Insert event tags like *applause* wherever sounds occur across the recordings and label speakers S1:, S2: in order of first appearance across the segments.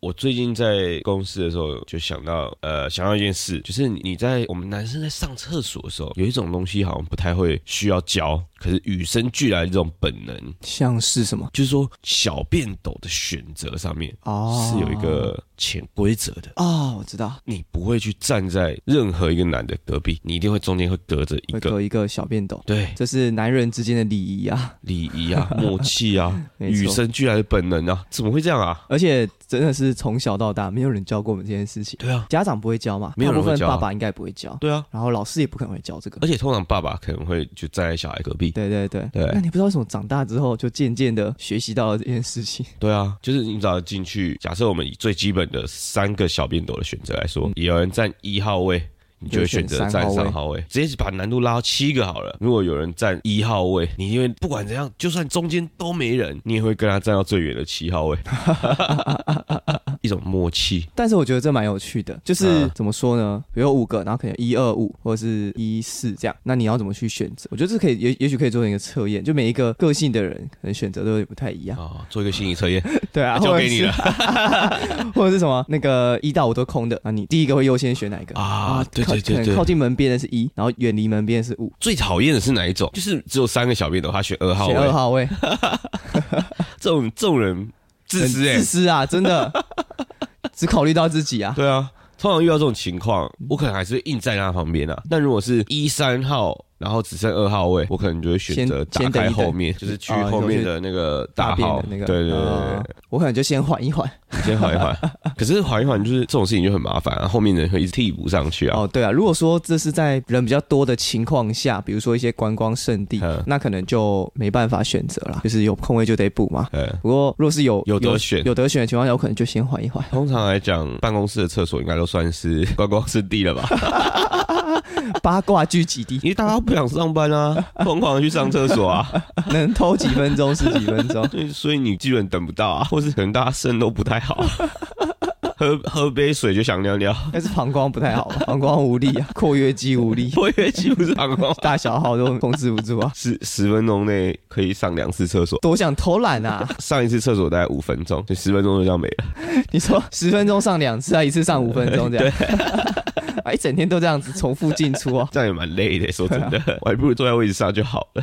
S1: 我最近在公司的时候就想到，呃，想到一件事，就是你在我们男生在上厕所的时候，有一种东西好像不太会需要教，可是与生俱来的这种本能，
S2: 像是什么？
S1: 就是说小便斗的选择上面
S2: 哦，
S1: 是有一个潜规则的。
S2: 哦，我知道，
S1: 你不会去站在任何一个男的隔壁，你一定会中间会隔着一
S2: 会
S1: 个
S2: 隔一个小便斗，
S1: 对
S2: 这是男人之间的礼仪
S1: *laughs*
S2: 啊，
S1: 礼仪
S2: *laughs*
S1: 啊、默契啊、
S2: 没错
S1: 与生俱来的本能啊，怎么会这样啊？
S2: 而且真的是从小到大没有人教过我们这件事情，
S1: 对啊，
S2: 家长不会教嘛，
S1: 没有
S2: 大
S1: 人
S2: 部
S1: 会
S2: 分
S1: 教啊
S2: 爸爸应该也不会教，
S1: 对啊，
S2: 然后老师也不可能会教这个，
S1: 而且通常爸爸可能会就站在小孩隔壁，
S2: 对对对
S1: 对
S2: 那你不知道为什么长大之后就渐渐的学习到了这件事情，
S1: 对啊，就是你只要进去，假设我们以最基本的三个小便斗的选择来说，有人站一号位。你嗯就会选择站三号位，直接把难度拉到七个好了。如果有人站一号位，你因为不管怎样，就算中间都没人，你也会跟他站到最远的七号 *laughs* 位，一种默契。
S2: 但是我觉得这蛮有趣的，就是、
S1: 嗯
S2: 怎么说呢？比如有五个，然后可能一二五或者是一四这样，那你要怎么去选择？我觉得这可以也也许可以做成一个测验，就每一个个性的人可能选择都有点不太
S1: *laughs*
S2: 一样。
S1: 哦，做一个心理测验，
S2: 对啊，
S1: 交给你了
S2: 或者 *laughs* 是，或者是什么那个一到五都空的，那你第一个会优先选哪一个
S1: *laughs* 啊对
S2: 靠
S1: 对对
S2: 可能
S1: 对
S2: 靠近门边的是一，然后远离门边的是五，
S1: 最讨厌的是哪一种？就是只有三个小便斗，他选二号位
S2: 选，二号位，
S1: 这种这种人自
S2: 很
S1: 私哎、
S2: 自私啊，
S1: *laughs*
S2: 真的，只考虑到自己啊。
S1: 对啊，通常遇到这种情况，我可能还是会硬站在他旁边啊。但如果是一三号，然后只剩二号位，我可能就会选择
S2: 先
S1: 打
S2: 先等一
S1: 开
S2: 等
S1: 后面，就是去
S2: 哦
S1: 后面的那个
S2: 大便
S1: 号
S2: 的那个，
S1: 对对对
S2: 啊
S1: 对
S2: 我可能就先缓一缓。
S1: 对，先缓一
S2: *laughs*
S1: 缓。可是缓一缓就是这种事情就很麻烦啊，后面的人会一直替补上去啊。
S2: 哦，对啊，如果说这是在人比较多的情况下，比如说一些观光胜地
S1: 嗯，
S2: 那可能就没办法选择了，就是有空位就得补嘛。
S1: 呃，
S2: 不过若是有
S1: 有得选
S2: 有得选的情况下，我可能就先缓一缓。 *laughs*
S1: 通常来讲，办公室的厕所应该都算是观光圣地了吧？
S2: 八卦聚集地，
S1: *laughs* 因为大家不想上班
S2: *laughs*
S1: 啊，疯狂的去上厕所啊， *laughs*。
S2: 能偷几分钟是几分钟
S1: 所以所以你基本等不到啊，或是可能大家肾都不太好，啊喝 *laughs* 喝杯水就想尿尿。
S2: 但是膀胱不太好吧，膀胱无力啊，括约肌无力，
S1: 我以为基本上哦，
S2: 大小号都控制不住啊，
S1: 十十分钟内可以上两次厕所，
S2: 多想偷懒啊！
S1: 上一次厕所大概五分钟，就十分钟就这样没了。
S2: 你说十分钟上两次啊，一次上五分钟这样，
S1: *laughs*
S2: *laughs* 啊，一整天都这样子重复进出哦。
S1: 这样也蛮累的，说真的，我还不如坐在位置上就好了。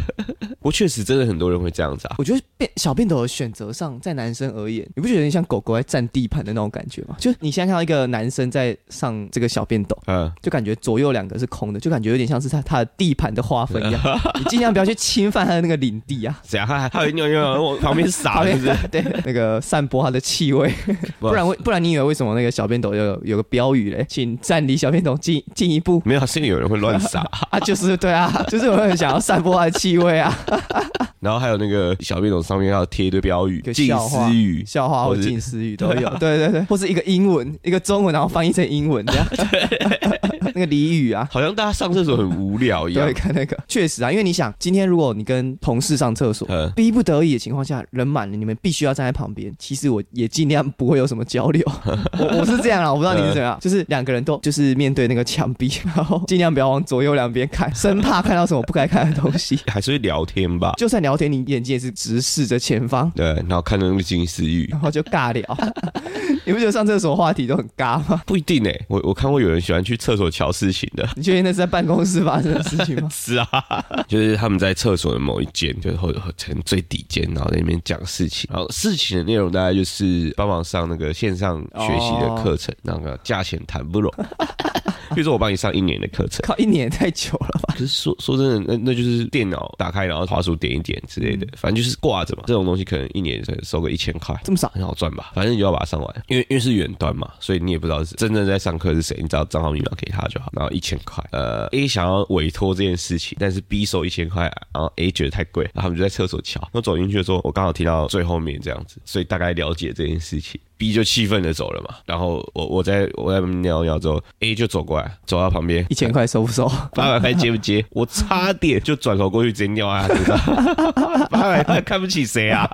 S1: 不过确实真的很多人会这样子啊，
S2: 我觉得便小便斗的选择上，在男生而言，你不觉得有点像狗狗在占地盘的那种感觉吗？就是你现在看到一个男生在上这个小便斗，
S1: 嗯，
S2: 就感觉左右两个是空的，就感觉有点像是他他的地盘的划分
S1: *laughs*
S2: 一样。你尽量不要去侵犯他的那个领地啊，
S1: 怎样？他他会尿尿然后往旁边撒，
S2: *laughs*
S1: *laughs*
S2: 旁
S1: 是
S2: 边
S1: 不是？
S2: 对那个散播他的气味，
S1: *laughs* 不
S2: 不然为不然你以为为什么那个小便斗有有个标语嘞？请站离小便斗近近一步
S1: 没有，是因为有人会乱撒，
S2: 啊，就是对啊，就是有人想要散播他的气味啊，
S1: 然后还有那个小便桶上面要贴一堆标语
S2: 一个，
S1: 禁
S2: 笑话
S1: 私语，
S2: 笑话或
S1: 或是
S2: 近似语都 *laughs* 有，对对对，或是一个英文，一个中文，然后翻译成英 *laughs* 文这样，那个俚语啊。
S1: 好像大家上厕所很无聊一样
S2: 对，。看那个确实啊，因为你想，今天如果你跟同事上厕所，
S1: 嗯，
S2: 逼不得已的情况下，人满了，你们必须要站在旁边。其实我也尽量不会有什么 *laughs* 交流，我我是这样啊，我不知道你是怎么样，就是两个人都就是面对那个墙壁，然后尽量不要往左右两边看，生怕看到什么不该看的东 *laughs* 西。
S1: 还是会聊天吧。
S2: 就算聊天，你眼睛也是直视着前方，
S1: 对，然后看到那个禁私语，
S2: 然后就尬聊。 *laughs* 你不觉得上厕所话题都很尬吗？ *laughs*
S1: 不一定哎、我我看过有人喜欢去厕所瞧事情的。？
S2: 你确定那是在办公室发生的事情 *laughs* 吗
S1: 是啊， *laughs* 就是他们在厕所的某一间，就是后层最底间，然后在那边讲事情，然后事情的内容大概就是帮忙上那个线上学习的课程，那个价钱谈不拢。比如说我帮你上一年的课程，
S2: 靠，一年也太久了吧？
S1: 可是说说真的，那那就是电脑打开，然后滑鼠点一点之类的，反正就是挂着嘛。这种东西可能一年可能收个一千块，
S2: 这么少？
S1: 很好赚吧？反正你就要把它上完，因为因为是远端嘛，所以你也不知道是真正在上课是谁，你只要账号密码给他就好。然后一千块，呃，A 想要委托这件事情，但是 B 收一千块，然后 A 觉得太贵，然后他们就在厕所瞧。我走进去的时候，我刚好听到最后面这样子，所以大概了解这件事情。B 就气愤的走了嘛，然后我我在我在尿尿之后，A 就走过来，走到旁边，
S2: 一千块收不收？
S1: 八百块接不接？我差点就转头过去直接尿啊！身上。八百块看不起谁啊？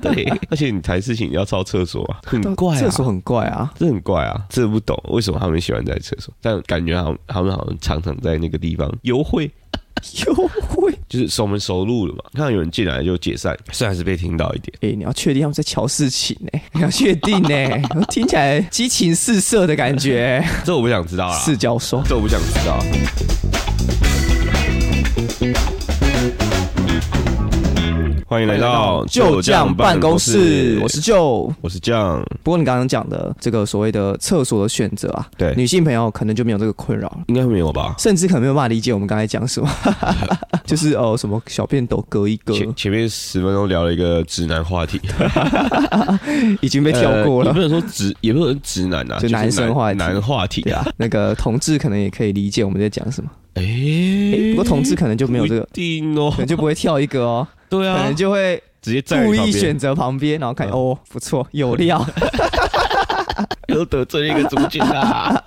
S1: 对，而且你谈事情你要抄厕所啊，很怪啊，
S2: 嗯厕所很怪啊。
S1: 这很怪啊，这不懂为什么他们喜欢在厕所，但感觉好像他们好像常常在那个地方幽会。
S2: 优惠
S1: 就是守门熟路了嘛，看到有人进来就解散，虽然还是被听到一点。
S2: 哎、你要确定他们在瞧事情呢、你要确定呢、听起来激情四射的感觉、
S1: 这我不想知道啦，
S2: 四教授，
S1: 这我不想知道。欢迎来到
S2: 旧将办公室，我
S1: 我
S2: 是
S1: 是
S2: 旧。
S1: 我是酱，
S2: 不过你刚刚讲的这个所谓的厕所的选择啊，
S1: 对
S2: 女性朋友可能就没有这个困扰了。
S1: 应该没有吧？
S2: 甚至可能没有办法理解我们刚才讲什么， *laughs* 就是哦什么小便斗隔一隔，
S1: 前前面十分钟聊了一个直男话题，
S2: 已 *laughs* 经被跳
S1: *laughs* 呃也
S2: 过了
S1: 不。能说直，也不能说直男啊，
S2: 就男生话题
S1: 就是男男话题啊。
S2: 那个同志可能也可以理解我们在讲什么，
S1: 哎
S2: 诶不过同志可能就没有这个
S1: 不一定哦
S2: 可，能就不会跳一个哦，
S1: 对
S2: 可
S1: 啊
S2: 能，就会
S1: 直接站在
S2: 故
S1: 旁
S2: 意
S1: 边
S2: 选择旁边，然后看哦不错有料，
S1: *laughs*
S2: *laughs*
S1: 又得罪了一个啊中间啦，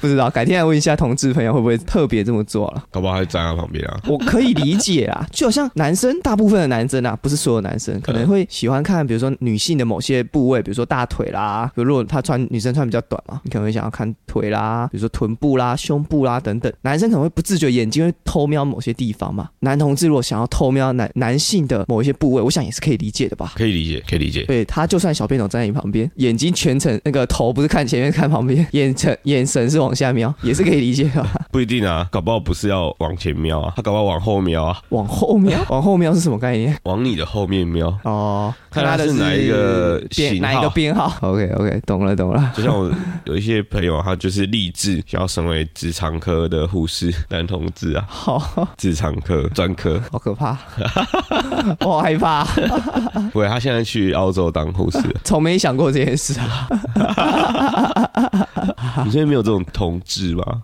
S2: 不知道改天来问一下同志朋友会不会特别这么做了。
S1: 搞不好还站在旁边 *laughs* 啊。
S2: 我可以理解啊，就好像男生，大部分的男生啊，不是所有男生，可能会喜欢看，比如说女性的某些部位，比如说大腿啦，比如如果她穿女生穿比较短嘛，你可能会想要看腿啦，比如说臀部啦、胸部啦等等。男生可能会不自觉眼睛会偷瞄某些地方嘛。男同志如果想要偷瞄男男性的某一些部位，我想也是可以理解的吧。
S1: 可以理解，可以理解。
S2: 对他，就算小便斗站在你旁边，眼睛全程那个头不是看前面，看旁边，眼神眼神是往下瞄，也是可以理解的吧。
S1: 不一定啊，搞不好不是要往前瞄啊，他搞不好往后瞄啊，
S2: 往后瞄，往后瞄是什么概念？
S1: 往你的后面瞄。
S2: 哦，
S1: 看它
S2: 的
S1: 是哪一个
S2: 编
S1: 型
S2: 哪一个
S1: 号
S2: 编号？OK OK，懂了懂了。
S1: 就像我有一些朋友，他就是立志想要成为直肠科的护士， *laughs* 男同志啊，
S2: 好，好
S1: 直肠科专科。
S2: 可怕， *laughs* 我好害怕，
S1: 不会，他现在去澳洲当护士啊了。
S2: *laughs* 从没想过这件事啊。
S1: 你现在没有这种同志吗？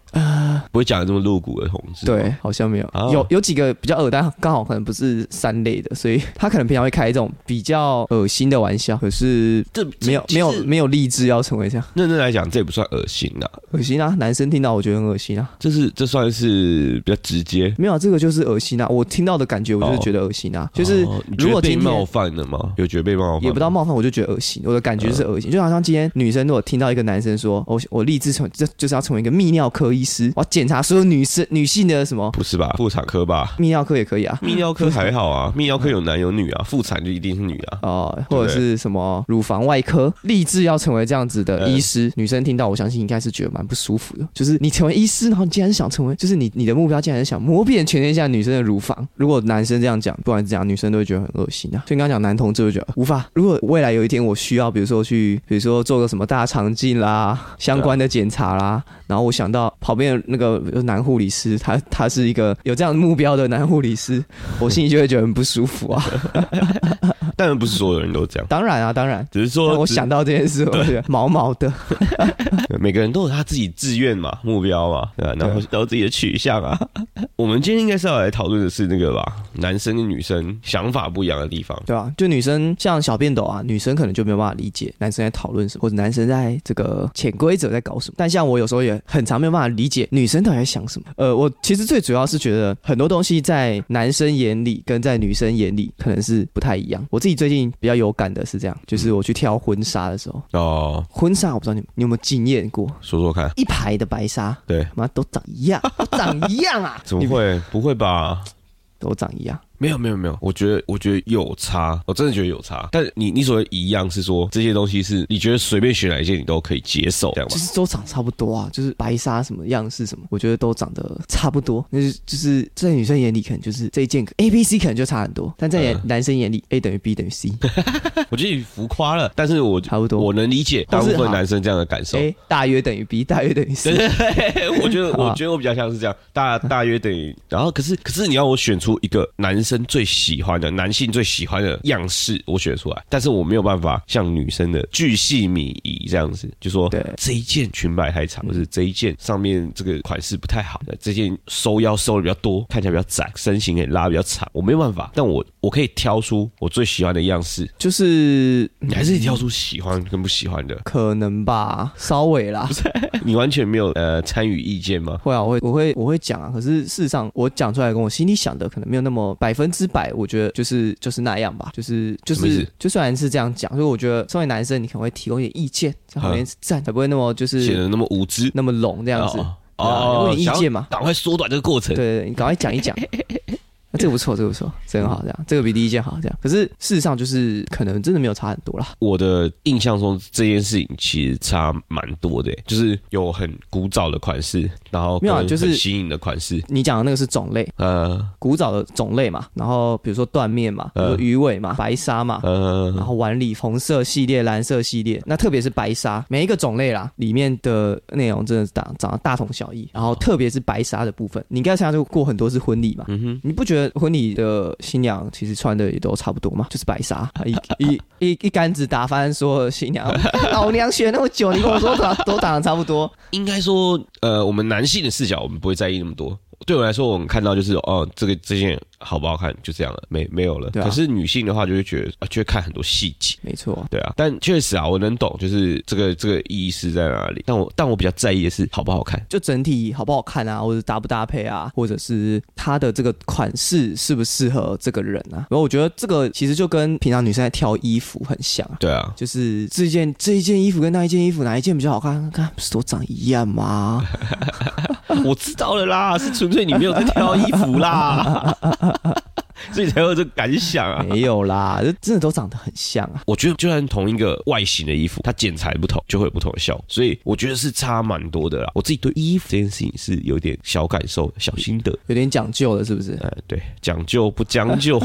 S1: 不会讲得这么露骨的同志。，
S2: 对，好像没有，
S1: 哦
S2: 有有几个比较恶，但刚好可能不是三类的，所以他可能平常会开这种比较恶心的玩笑，可是
S1: 这
S2: 没有没有没有立志要成为这样，
S1: 认真来讲，这也不算恶心啊，
S2: 恶心啊！男生听到我觉得很恶心啊，
S1: 这是这算是比较直接。
S2: 没有、啊、这个就是恶心啊，我听到的感觉我就是觉得恶心啊，就是
S1: 哦你觉
S2: 如
S1: 得
S2: 果
S1: 被
S2: 今天
S1: 冒犯了吗？有觉得被冒犯吗？嗯
S2: 也不到冒犯，我就觉得恶心。我的感觉就是恶心，就好像今天女生如果听到一个男生说：“哦我我立志成就就是要成为一个泌尿科医师，我要检查所有女生女性的什么
S1: 不是吧？妇产科吧？
S2: 泌尿科也可以啊，
S1: 泌尿科还好啊，泌尿科有男有女啊，妇产就一定是女啊。
S2: 哦、或者是什么乳房外科，立志要成为这样子的医师。女生听到，我相信应该是觉得蛮不舒服的。就是你成为医师，然后你竟然想成为，就是你你的目标竟然是想摸遍全天下女生的乳房。如果男生这样讲，不管怎样，女生都会觉得很恶心啊。所以你刚刚讲男同志会觉得无法。如果未来有一天我需要，比如说去，比如说做个什么大肠镜啦，相关的检查啦，然后我想到旁边的那个男护理师，他他是一个有这样目标的男护理师，我心里就会觉得很不舒服啊。 *laughs*
S1: 当然不是所有人都这样，
S2: 当然啊，当然。
S1: 只是
S2: 但
S1: 说，
S2: 我想到这件事，我觉得毛毛的。
S1: 只每个人都有他自己志愿嘛、目标嘛，对吧、然后然后自己的取向 *laughs* 啊。我们今天应该是要来讨论的是那个吧，男生跟女生想法不一样的地方。
S2: 对啊，就女生像小便斗啊，女生可能就没有办法理解男生在讨论什么，或者男生在这个潜规则在搞什么。但像我有时候也很常没有办法理解女生到底在想什么。呃，我其实最主要是觉得很多东西在男生眼里跟在女生眼里可能是不太一样。我自己最近比较有感的是这样，就是我去挑婚纱的时候，
S1: 哦，
S2: 婚纱我不知道你你有没有经验过，
S1: 说说看，
S2: 一排的白纱，
S1: 对，，
S2: 妈都长一样，都长一样啊
S1: *laughs* 怎么会？不会吧？
S2: 都长一样。
S1: 没有没有没有，我觉得我觉得有差，我真的觉得有差。但你你所谓一样是说这些东西是你觉得随便选哪一件你都可以接受，这样吗
S2: 就？是都长差不多啊，就是白纱什么样式什么，我觉得都长得差不多。那就是就是在女生眼里可能就是这一件 A B C 可能就差很多，但在
S1: 嗯
S2: 男生眼里 A 等于 B 等于 C
S1: 我觉得你浮夸了，但是我
S2: 差不多。
S1: 我能理解大部分男生这样的感受。
S2: A 大约等于 B 大约等于 C，
S1: *laughs* 我觉得
S2: *laughs* 好啊
S1: 我觉得我比较像是这样，大大约等于，然后可是可是你要我选出一个男生最喜欢的男性最喜欢的样式，我选出来，但是我没有办法像女生的巨细靡遗这样子，就说
S2: 对嗯
S1: 这一件裙摆太长，或是这一件上面这个款式不太好，这件收腰收的比较多，看起来比较窄，身形也拉得比较长，我没有办法，但我我可以挑出我最喜欢的样式，
S2: 就是嗯
S1: 你还是得挑出喜欢跟不喜欢的，
S2: 可能吧，稍微啦。
S1: 你完全没有呃参与意见吗？
S2: 会啊，我会我会我会讲啊，可是事实上我讲出来跟我心里想的可能没有那么百分之百，我觉得就是就是那样吧，就是就
S1: 什么意
S2: 是
S1: 思
S2: 就虽然是这样讲，所以我觉得身为男生你可能会提供一点意见，在旁边站，才不会那么就
S1: 嗯显
S2: 是
S1: 得那么无知。
S2: 那么拢这样子。
S1: 哦
S2: 对啊有点意见嘛
S1: 想要赶快缩短这个过程。 *laughs*
S2: 对对，对你赶快讲一讲。啊这个不错，这个不错，这个很好，这样
S1: 嗯
S2: 这个比第一件好，这样。可是事实上就是可能真的没有差很多啦。
S1: 我的印象中这件事情其实差蛮多的，就是有很古早的款式，然后
S2: 没有啊
S1: 跟
S2: 就是
S1: 很新颖的款式，
S2: 你讲的那个是种类，
S1: 呃
S2: 古早的种类嘛，然后比如说缎面嘛，比如说
S1: 嗯
S2: 鱼尾嘛，白鲨嘛，然
S1: 呃，
S2: 后晚礼红色系列、蓝色系列，那特别是白鲨，每一个种类啦，里面的内容真的是大长得大同小异。然后特别是白鲨的部分，你应该参加过很多次婚礼嘛，你不觉得婚礼的新娘其实穿的也都差不多吗？就是白纱，一一一一竿子打翻所有的新娘， *laughs* 老娘学那么久，你跟我说打都打的差不多，
S1: 应该说，呃，我们男性的视角我们不会在意那么多。对我来说，我们看到就是哦，这个这件好不好看，就这样了，没没有了。
S2: 对啊
S1: 可是女性的话，就会觉得、啊、就会看很多细节。
S2: 没错，
S1: 对啊，但确实啊，我能懂，就是这个这个意义是在哪里。但我但我比较在意的是好不好看。
S2: 就整体好不好看啊，或者搭不搭配啊，或者是它的这个款式适不适合这个人啊。然后我觉得这个其实就跟平常女生在挑衣服很像啊。
S1: 对
S2: *laughs*
S1: 啊，
S2: 就是这件这一件衣服跟那一件衣服哪一件比较好看？看不是都长一样吗？
S1: 我知道了啦，是纯粹你没有在挑衣服啦，所以才有这个感想啊。
S2: 没有啦，这真的都长得很像啊。
S1: 我觉得就算同一个外形的衣服，它剪裁不同，就会有不同的效果。所以我觉得是差蛮多的啦。我自己对衣服这件事情是有点小感受、小心得。
S2: 有点讲究了，是不是？
S1: 呃，对，讲究不将就，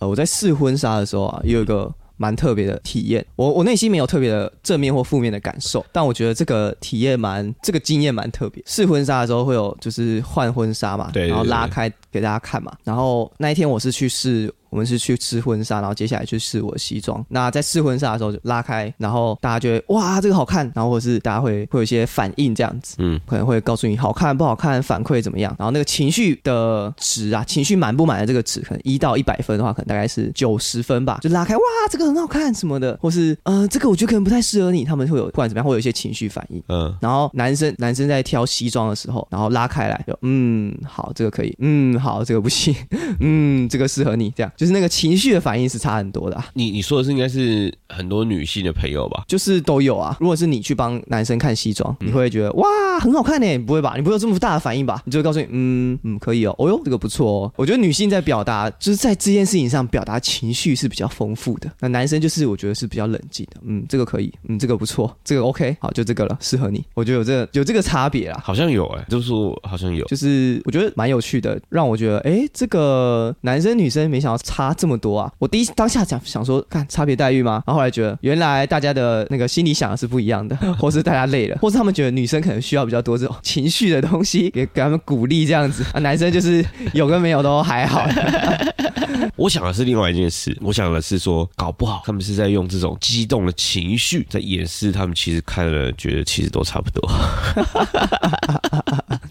S2: 呃，我在试婚纱的时候啊，也有一个蛮特别的体验。我我内心没有特别的正面或负面的感受，但我觉得这个体验蛮，这个经验蛮特别。试婚纱的时候会有就是换婚纱嘛，
S1: 对对对
S2: 然后拉开给大家看嘛。然后那一天我是去试。我们是去试婚纱，然后接下来去试我的西装。那在试婚纱的时候就拉开，然后大家就会哇这个好看，然后或者是大家会会有一些反应这样子。
S1: 嗯，
S2: 可能会告诉你好看不好看，反馈怎么样，然后那个情绪的值啊，情绪满不满的这个值，可能一到一百分的话，可能大概是九十分吧，就拉开哇，这个很好看什么的，或是呃，这个我觉得可能不太适合你，他们会有不管怎么样，会有一些情绪反应。
S1: 嗯，
S2: 然后男生男生在挑西装的时候，然后拉开来，就嗯好，这个可以，嗯好，这个不行，嗯这个适合你，这样就是那个情绪的反应是差很多的、啊。
S1: 你你说的是应该是很多女性的朋友吧？
S2: 就是都有啊。如果是你去帮男生看西装，你会觉得哇很好看呢，欸你不会吧？你不会有这么大的反应吧？你就会告诉你，嗯嗯，可以哦，哦哟，这个不错哦。我觉得女性在表达，就是在这件事情上表达情绪是比较丰富的，那男生就是我觉得是比较冷静的，嗯，这个可以，嗯，这个不错，这个 OK，好，就这个了，适合你。我觉得有这个有这个差别啦。
S1: 好像有哎、就是说好像有，
S2: 就是我觉得蛮有趣的，让我觉得，诶，这个男生女生没想到差这么多啊！我第一当下想想说，看差别待遇吗？然后后来觉得，原来大家的那个心里想的是不一样的，或是大家累了，或是他们觉得女生可能需要比较多这种情绪的东西，给给他们鼓励这样子啊，男生就是有跟没有都还好。 *laughs*
S1: 我想的是另外一件事，我想的是说，搞不好他们是在用这种激动的情绪在掩饰他们其实看了觉得其实都差不多，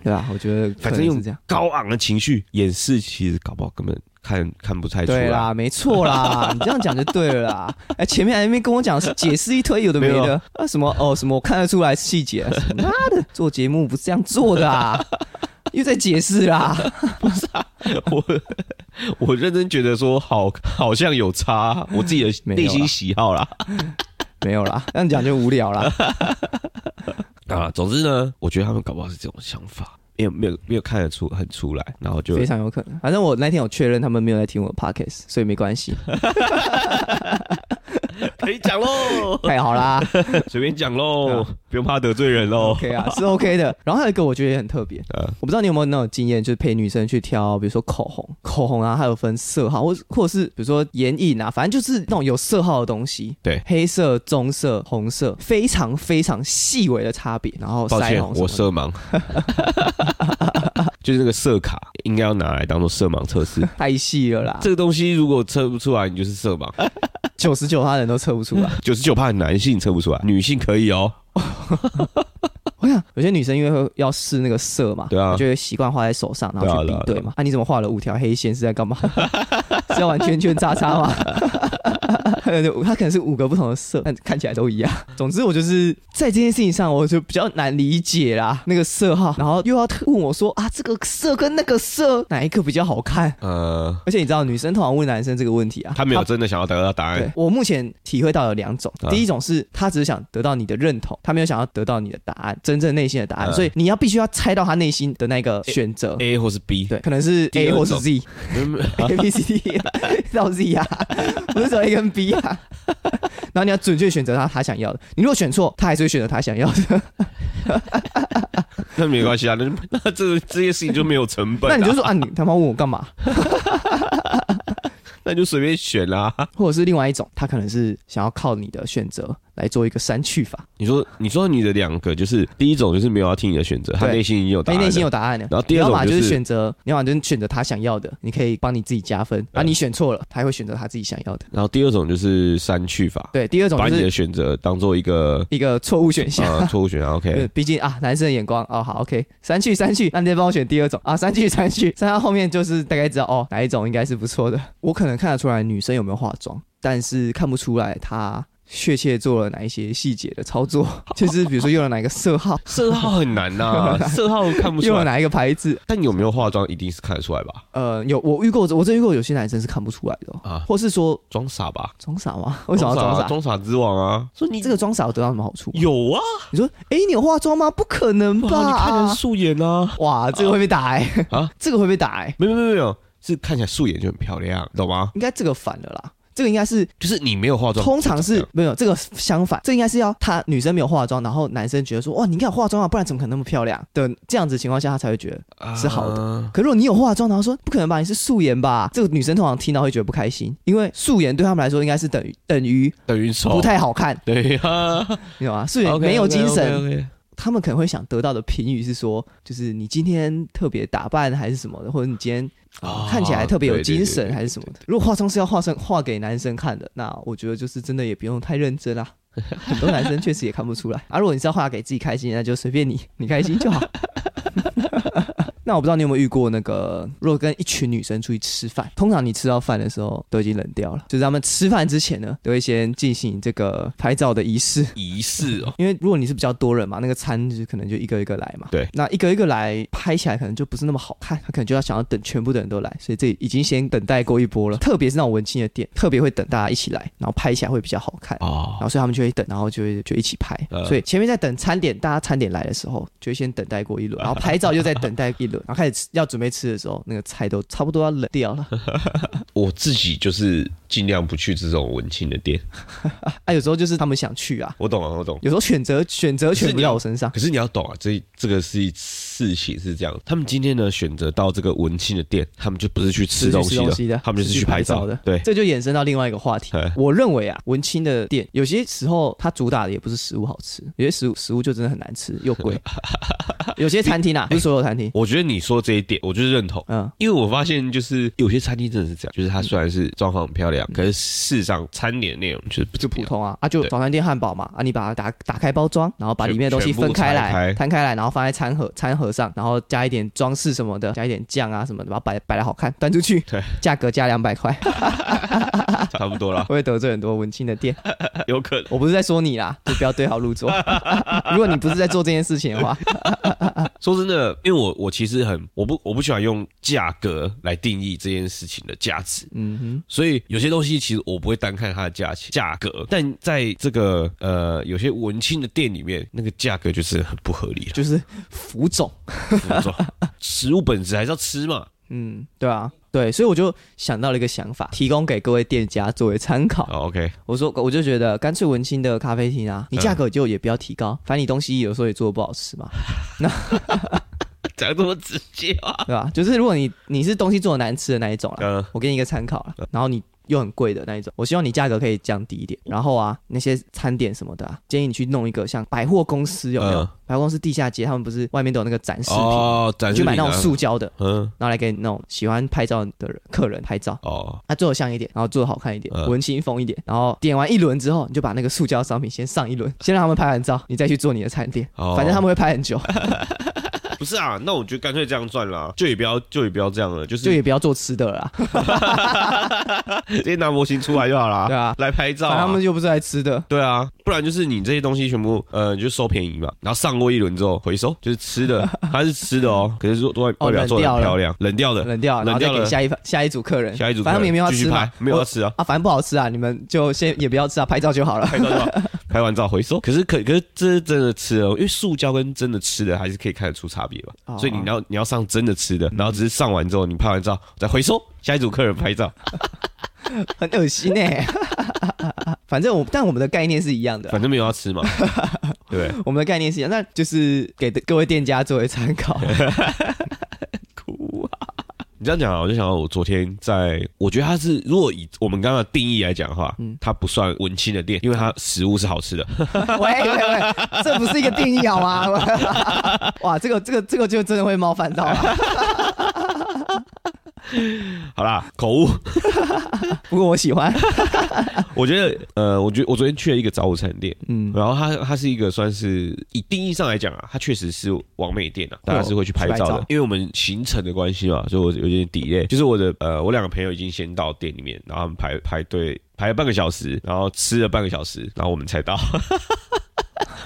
S2: 对吧？我觉得可
S1: 反
S2: 能
S1: 正
S2: 是
S1: 用
S2: 这样。
S1: 高昂的情绪掩饰，其实搞不好根本看看不哎太出
S2: 对
S1: 来。
S2: 啦，没
S1: *laughs*
S2: 错啦，你这样讲就对了啦。哎、前面还没跟我讲是解释一推有的没
S1: 没
S2: 的
S1: 有
S2: 啊，什么哦什么我看得出来是细节啊，什么妈的，做节目不是这样做的啊，又在解释啦。
S1: *laughs* 我我认真觉得说好，好像有差，我自己的
S2: 没有
S1: 内
S2: 啦
S1: 心喜好啦。
S2: 没有啦，这样讲就无聊啦。
S1: 啊，总之呢，我觉得他们搞不好是这种想法，没有没有没有看得出很出来，然后就
S2: 非常有可能。反正我那天有确认他们没有在听我的 podcast，所以没关系。
S1: 可
S2: 哎
S1: 以讲喽，
S2: 太好啦
S1: *laughs* 随便讲喽，
S2: 啊
S1: 不用怕得罪人喽。
S2: ，OK 啊，是
S1: *laughs*
S2: OK 的。然后还有一个我觉得也很特别，
S1: 呃
S2: 我不知道你有没有那种经验，就是陪女生去挑，比如说口红，口红啊，还有分色号，或或者是比如说眼影啊，反正就是那种有色号的东西。
S1: 对
S2: 黑色、棕色、红色，非常非常细微的差别。然后
S1: 抱
S2: 腮
S1: 歉，
S2: 红什
S1: 我
S2: 么的，
S1: 色盲， *laughs* 就是那个色卡应该要拿来当做色盲测
S2: *laughs*
S1: 试。
S2: 太细了啦，
S1: 这个东西如果测不出来，你就是色盲。
S2: 九十九他人都测不出来。
S1: 九十九怕男性测不出来，女性可以哦。
S2: 我想有些女生因为会要试那个色嘛，
S1: 哎对啊
S2: 就会习惯画在手上，然后
S1: 对啊
S2: 去
S1: 对啊
S2: 比对嘛。啊， *laughs* 你怎么画了五条黑线是在干嘛？是要玩圈圈叉叉吗？对对，呃它可能是五个不同的色，但看起来都一样。总之，我就是在这件事情上，我就比较难理解啦，那个色号，然后又要问我说啊，这个色跟那个色哪一个比较好看？
S1: 呃，
S2: 而且你知道，女生通常问男生这个问题啊，
S1: 他没有真的想要得到答
S2: 对
S1: 案，
S2: 我目前体会到有两种
S1: 哎啊，
S2: 第一种是他只是想得到你的认同，他没有想要得到你的答案，真正内心的答案，
S1: 嗯
S2: 所以你要必须要猜到他内心的那个选择。
S1: ，A 或是 B，
S2: 对，可能是
S1: 哎第
S2: A
S1: 二
S2: 或是
S1: 种
S2: Z、
S1: *laughs* 嗯
S2: *laughs* A、B、C、D E 到 Z 啊，不是只有 A 跟 B 啊。然后你要准确选择他他想要的，你如果选错，他还是会选择他想要的。
S1: 那没关系啊，那就 *laughs* 那这这些事情就没有成本啊，
S2: 那你就说啊，你他妈问我干嘛？
S1: 那你就随便选啊啦。
S2: 或者是另外一种，他可能是想要靠你的选择来做一个删去法，
S1: 你说，你说你的两个就是第一种就是没有要听你的选择，他
S2: 对
S1: 内心已经有答
S2: 没
S1: 案了，
S2: 内心有答案的。
S1: 然后第二种
S2: 你要么
S1: 就是
S2: 是选择，你要么就是选择他想要的，你可以帮你自己加分。啊，你选错了，他会选择他自己想要的。
S1: 然后第二种就是删去法，
S2: 对，第二种
S1: 把
S2: 就
S1: 你的
S2: 是
S1: 选择当做一个
S2: 一个错误选项。 *laughs*
S1: 呃错误选项。
S2: 对
S1: OK，，
S2: 毕竟啊，男生的眼光哦，好，OK，删去删去，那你再帮我选第二种啊，删去删去， *laughs* 删到后面就是大概知道哦，哪一种应该是不错的。我可能看得出来女生有没有化妆，但是看不出来她确切做了哪一些细节的操作，
S1: *laughs*
S2: 就是比如说用了哪一个色号，
S1: 色号很难
S2: *laughs*
S1: 呐，色号看不出
S2: 用了
S1: 来，
S2: 哪一个牌子，
S1: 但有没有化妆一定是看得出来吧？
S2: 呃，有我遇过，我真遇过有些男生是看不出来的、哦，
S1: 啊，
S2: 或是说
S1: 装傻吧，
S2: 装傻吗？ *laughs* 为什么要装傻？
S1: 装傻之王啊，
S2: 说你这个装傻有得到什么好处 *gasps* 吗？
S1: 有啊，
S2: 你说，哎、你有化妆吗？不可能吧？
S1: 哇，你看人素颜啊，
S2: *laughs* 哇，这个会被打哎、
S1: 啊
S2: 啊， *laughs* 这个会被打哎、
S1: 没有没有没有，是看起来素颜就很漂亮，懂吗？
S2: 应该这个反了啦。这个应该是，
S1: 就是你没有化妆，
S2: 通常
S1: 就
S2: 是
S1: 长
S2: 没有这个相反，这应该是要她女生没有化妆，然后男生觉得说，哇，你应该有化妆啊，不然怎么可能那么漂亮？的这样子情况下，他才会觉得。
S1: 这样
S2: 是好的
S1: 啊
S2: 可如果你有化妆，然后说不可能吧，你是素颜吧？这个女生通常听到会觉得不开心，因为素颜对他们来说应该是等于等于
S1: 等于丑
S2: 不，太好看，
S1: 对啊呀，
S2: 你懂吗？素
S1: 哦
S2: 颜没有精神，
S1: 神，
S2: 他们可能会想得到的评语是说，就是你今天特别打扮还是什么的，或者你今天、
S1: 啊
S2: 啊看起来特别有
S1: 对
S2: 精
S1: 对对
S2: 神
S1: 对
S2: 还是什么的。如果化妆是要化成画给男生看的，那我觉得就是真的也不用太认真啦。 *laughs* 很多男生确实也看不出来啊。如果你是要画给自己开心，那就随便你，你开心就好。 *laughs* 那我不知道你有没有遇过那个，如果跟一群女生出去吃饭，通常你吃到饭的时候都已经冷掉了，就是他们吃饭之前呢，都会先进行这个拍照的仪式。
S1: 仪式哦，
S2: 因为如果你是比较多人嘛，那个餐就是可能就一个一个来嘛。
S1: 对
S2: 那一个一个来拍起来可能就不是那么好看，他可能就要想要等全部的人都来，所以这已经先等待过一波了。特别是那种文青的店，特别会等大家一起来，然后拍起来会比较好看。然
S1: 哦，
S2: 后所以他们就会等，然后就会就一起拍。
S1: 呃
S2: 所以前面在等餐点，大家餐点来的时候，就会先等待过一
S1: *laughs*
S2: 轮，然后拍照又再等待一轮，然后开始吃要准备吃的时候，那个菜都差不多要冷
S1: *laughs*
S2: 掉了。
S1: 我自己就是尽量不去这种文青的店，
S2: 啊，有时候就是他们想去啊，
S1: 我懂啊，我懂。
S2: 有时候选择选择权不在我身上。
S1: 可是你要懂啊，这这个是事情是这样，他们今天呢选择到这个文青的店，他们就不是去吃
S2: 是去
S1: 东
S2: 吃
S1: 西
S2: 东
S1: 的，
S2: 西的啊
S1: 他们就是
S2: 是去
S1: 拍
S2: 拍
S1: 照
S2: 照的
S1: 对，
S2: 这就衍生到另外一个话题
S1: 哎。
S2: 我认为啊，文青的店有些时候它主打的也不是食物好吃，有些食物食物就真的很难吃又
S1: *laughs*
S2: 贵。有些餐厅啊，不是所有餐厅，
S1: 我觉得你说这一点，我就是认同。
S2: 嗯，
S1: 因为我发现，就是有些餐厅真的是这样，就是它虽然是装潢很漂亮，可是事实上餐点的内容就是不
S2: 嗯就
S1: 一
S2: 普
S1: 样
S2: 通啊，啊就
S1: 对
S2: 早餐店汉堡嘛，啊你把它打打开包装，然后把里面的东西
S1: 全部
S2: 分
S1: 拆开
S2: 开来，摊开来，然后放在餐盒餐盒上，然后加一点装饰什么的，加一点酱啊什么的，把它摆摆的好看，端出去
S1: 对，
S2: 价格加两百块，
S1: 差不多啦，
S2: *laughs*
S1: *laughs*
S2: 会得罪很多文青的店。
S1: 有可能。
S2: 我不是在说你啦，就不要对号
S1: *laughs*
S2: 入座。如果你不是在做这件事情的话，
S1: 说真的，因为我我其实很我不我不喜欢用价格来定义这件事情的价值，
S2: 嗯哼。
S1: 所以有些东西其实我不会单看它的价钱价格，但在这个呃有些文青的店里面，那个价格就是很不合理了。
S2: 就是浮肿。
S1: 服装食物本质还是要吃
S2: *laughs*
S1: 嘛。
S2: 嗯，对啊，对，所以我就想到了一个想法，提供给各位店家作为参考。
S1: 哦、OK，
S2: 我说，我就觉得干脆文青的咖啡厅啊，你
S1: 嗯
S2: 价格就也不要提高，反正你东西有时候也做的不好吃嘛，
S1: 讲这么直接啊？
S2: 对吧？就是如果你你是东西做的难吃的那一种啦，
S1: 嗯，
S2: 我给你一个参考啦，然后你。又很贵的那一种，我希望你价格可以降低一点。然后啊，那些餐点什么的、啊，建议你去弄一个像百货公司有没有？
S1: 嗯
S2: 百货公司地下街他们不是外面都有那个展示品，
S1: 哦，
S2: 你
S1: 展
S2: 去
S1: 示
S2: 买
S1: 品
S2: 那种
S1: 啊
S2: 塑胶的，
S1: 嗯，
S2: 然后来给那种喜欢拍照的人客人拍照。
S1: 哦，
S2: 啊，做的像一点，然后做的好看一点，
S1: 嗯
S2: 文青风一点，然后点完一轮之后，你就把那个塑胶商品先上一轮，先让他们拍完照，你再去做你的餐点，
S1: 哦 *laughs*
S2: 反正他们会拍很久。
S1: 不是啊，那我就干脆这样赚啦，就也不要就也不要这样了，就是
S2: 就也不要做吃的了啦，
S1: 直接拿模型出来就好啦。
S2: 对啊
S1: 来拍照、
S2: 反正
S1: 啊
S2: 他。们又不是来吃的。
S1: 对啊，不然就是你这些东西全部，呃，就收便宜嘛，然后上过一轮之后回收，就是吃
S2: *laughs*
S1: 的，它是吃的哦，可是说外
S2: 哦
S1: 外表做的很
S2: 冷掉了
S1: 漂亮，冷掉的，
S2: 冷掉了，然后再
S1: 呃冷掉
S2: 给
S1: 了
S2: 下一下一组客人，
S1: 下一组
S2: 反正他们也没有要
S1: 继续
S2: 吃嘛
S1: 拍，，没有
S2: 我
S1: 要吃啊，
S2: 啊，反正不好吃啊，你们就先也不要吃啊，拍照就好了。
S1: 拍照就
S2: *laughs*
S1: 好拍完照回收。可是可可是这是真的吃哦，因为塑胶跟真的吃的还是可以看得出差别吧，
S2: 哦嗯
S1: 所以你要你要上真的吃的，然后只是上完之后你拍完照再回收，下一组客人拍照，
S2: 很恶心哎、 *laughs* 反正我，但我们的概念是一样的啊，
S1: 反正没有要吃嘛，
S2: *laughs*
S1: 对不对，
S2: 我们的概念是一样，那就是给各位店家作为参
S1: *laughs*
S2: 考。
S1: 哭啊！你这样讲啊，我就想到我昨天在，我觉得它是如果以我们刚刚的定义来讲的话，
S2: 嗯
S1: 它不算文青的店，因为它食物是好吃的。 *laughs*
S2: *laughs* 喂喂喂，这不是一个定义好吗？ *laughs* 哇，这个这个这个就真的会冒犯到了。
S1: 好啦，口误， *laughs*
S2: 不过我喜欢，
S1: 我觉得呃，我觉得我昨天去了一个早午餐店，
S2: 嗯，
S1: 然后它它是一个算是以定义上来讲啊，它确实是完美店啊，大家是会去拍照
S2: 去
S1: 的
S2: 拍照，
S1: 因为我们行程的关系嘛，所以我有点 delay。就是我的呃，我两个朋友已经先到店里面，然后他们排排队排了半个小时，然后吃了半个小时，然后我们才到。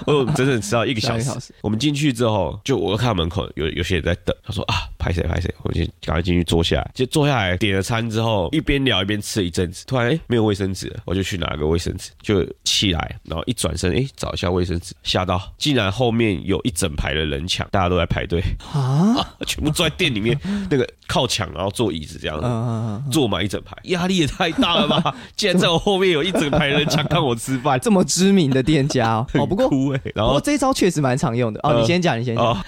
S1: 我整整迟到一个小
S2: 半个
S1: 时
S2: 小时，
S1: 我们进去之后，就我看到门口有有些人在等，他说啊，拍谁拍谁，我先赶快进去坐下来。就坐下来点了餐之后，一边聊一边吃了一阵子，突然哎、诶没有卫生纸了，我就去拿个卫生纸，就起来，然后一转身哎、诶找一下卫生纸，吓到，竟然后面有一整排的人墙，大家都在排队， *laughs*
S2: 啊，
S1: 全部坐在店里面那个靠墙，然后坐椅子这样子。
S2: 嗯、
S1: 坐满一整排， *laughs* 压力也太大了吧！竟然在我后面有一整排人抢看我吃饭，
S2: 这么知名的店家
S1: *laughs*
S2: 哦，哦不过。
S1: 哭哎、欸，然
S2: 不
S1: 后
S2: 过这一招确实蛮常用的哦，
S1: 呃
S2: 你先讲，你先讲。
S1: 哦，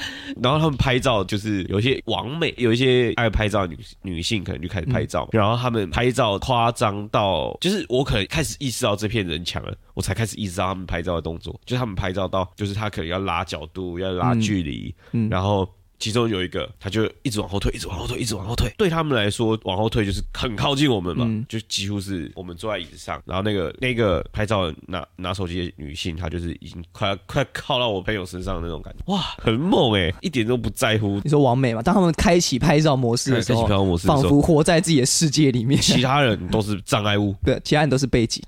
S1: 然后他们拍照就是有一些网美，有一些爱拍照的女女性可能就开始拍照，然后他们拍照夸张到，就是我可能开始意识到这片人墙了，我才开始意识到他们拍照的动作，就是他们拍照到，就是他可能要拉角度，要拉距离，
S2: 嗯
S1: 然后。其中有一个，他就一直往后退，一直往后退，一直往后退。对他们来说，往后退就是很靠近我们嘛，
S2: 嗯
S1: 就几乎是我们坐在椅子上，然后那个那个拍照的拿拿手机的女性，她就是已经快要快靠到我朋友身上的那种感觉，哇，很猛哎、一点都不在乎。
S2: 你说完美嘛？当他们开启拍照模式
S1: 开
S2: 的
S1: 始
S2: 时
S1: 飘
S2: 候，
S1: 飘模式的
S2: 仿
S1: 时候，
S2: 佛活在自己的世界里面。
S1: 其他人都是障碍物，
S2: *laughs* 对，其他人都是背景。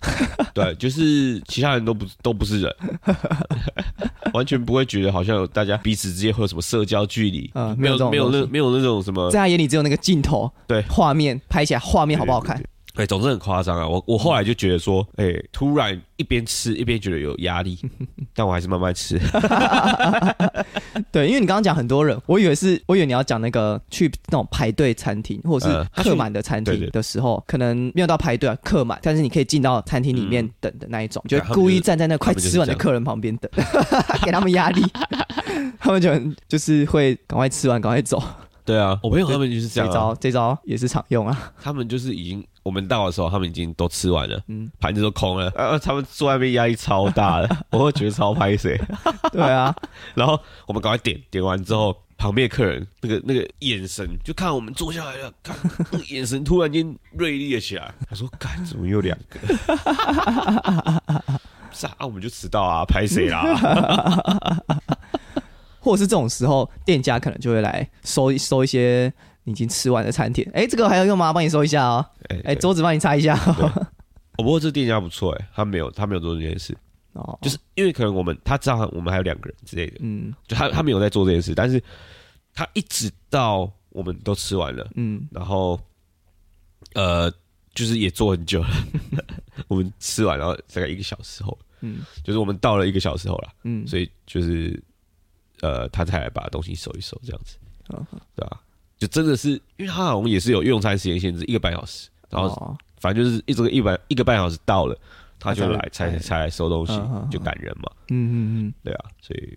S1: 对，就是其他人都不都不是
S2: *laughs*
S1: 人，完全不会觉得好像有大家彼此之间会有什么社交距离，
S2: 嗯
S1: 没
S2: 没有这种
S1: 没有那
S2: 东
S1: 没有那种什么
S2: 在他眼里只有那个镜头，
S1: 对
S2: 画面拍起来画面好不好看？
S1: 哎、总之很夸张啊！我我后来就觉得说，哎、突然一边吃一边觉得有压 *laughs* 力，但我还是慢慢 *laughs* 吃。
S2: 对，因为你刚刚讲很多人，我以为是，我以为你要讲那个去那种排队餐厅或者
S1: 呃
S2: 是
S1: 他去
S2: 客满的餐
S1: 对对
S2: 厅的时候，可能没有到排队啊，客满，但是你可以进到餐厅里面等的那一种，
S1: 嗯
S2: 就
S1: 对他们
S2: 故
S1: 就
S2: 意
S1: 是
S2: 站在那快
S1: 他们就是
S2: 吃完的
S1: 这样
S2: 客人旁边等， *laughs* 给他们压力， *laughs* 他们就很就是会赶快吃完赶快走。
S1: 对啊，我朋友他们就是这
S2: 这
S1: 样、啊，
S2: 招这招也是常用啊，
S1: 他们就是已经我们到的时候，他们已经都吃完了，
S2: 嗯
S1: 盘子都空了，呃，他们坐外面压力超大的，我会觉得超拍谁。
S2: 对啊，
S1: 然后我们赶快点，点完之后，旁边的客人那个那个眼神，就看我们坐下来了，看那个眼神突然间锐利了起来。他说：“干，怎么又两 *laughs* 个？”是啊，我们就迟到啊，拍谁 *laughs* 啦？
S2: 或者是这种时候，店家可能就会来收一收一些你已经吃完的餐点，哎，这个还要用吗？帮你收一下哦，
S1: 哎
S2: 哎，桌子帮你擦一下哦，
S1: 哦，不过这店家不错哎，他没有他没有做这件事，
S2: 哦，
S1: 就是因为可能我们他知道我们还有两个人之类的，
S2: 嗯
S1: 就他他没有在做这件事，但是他一直到我们都吃完了，
S2: 嗯，
S1: 然后呃，就是也坐很久了， *laughs* 我们吃完然后大概一个小时后，
S2: 嗯
S1: 就是我们到了一个小时后了，
S2: 嗯，
S1: 所以就是呃，他才来把东西收一收这样子
S2: 哦，
S1: 对啊，就真的是因为他好像也是有用餐时间限制，一个半小时，然后
S2: 哦
S1: 反正就是一直一百一个半小时到了，他就
S2: 他才
S1: 来才才来收东西
S2: 哎嗯嗯，嗯
S1: 就感人嘛，
S2: 嗯嗯
S1: 对啊，所以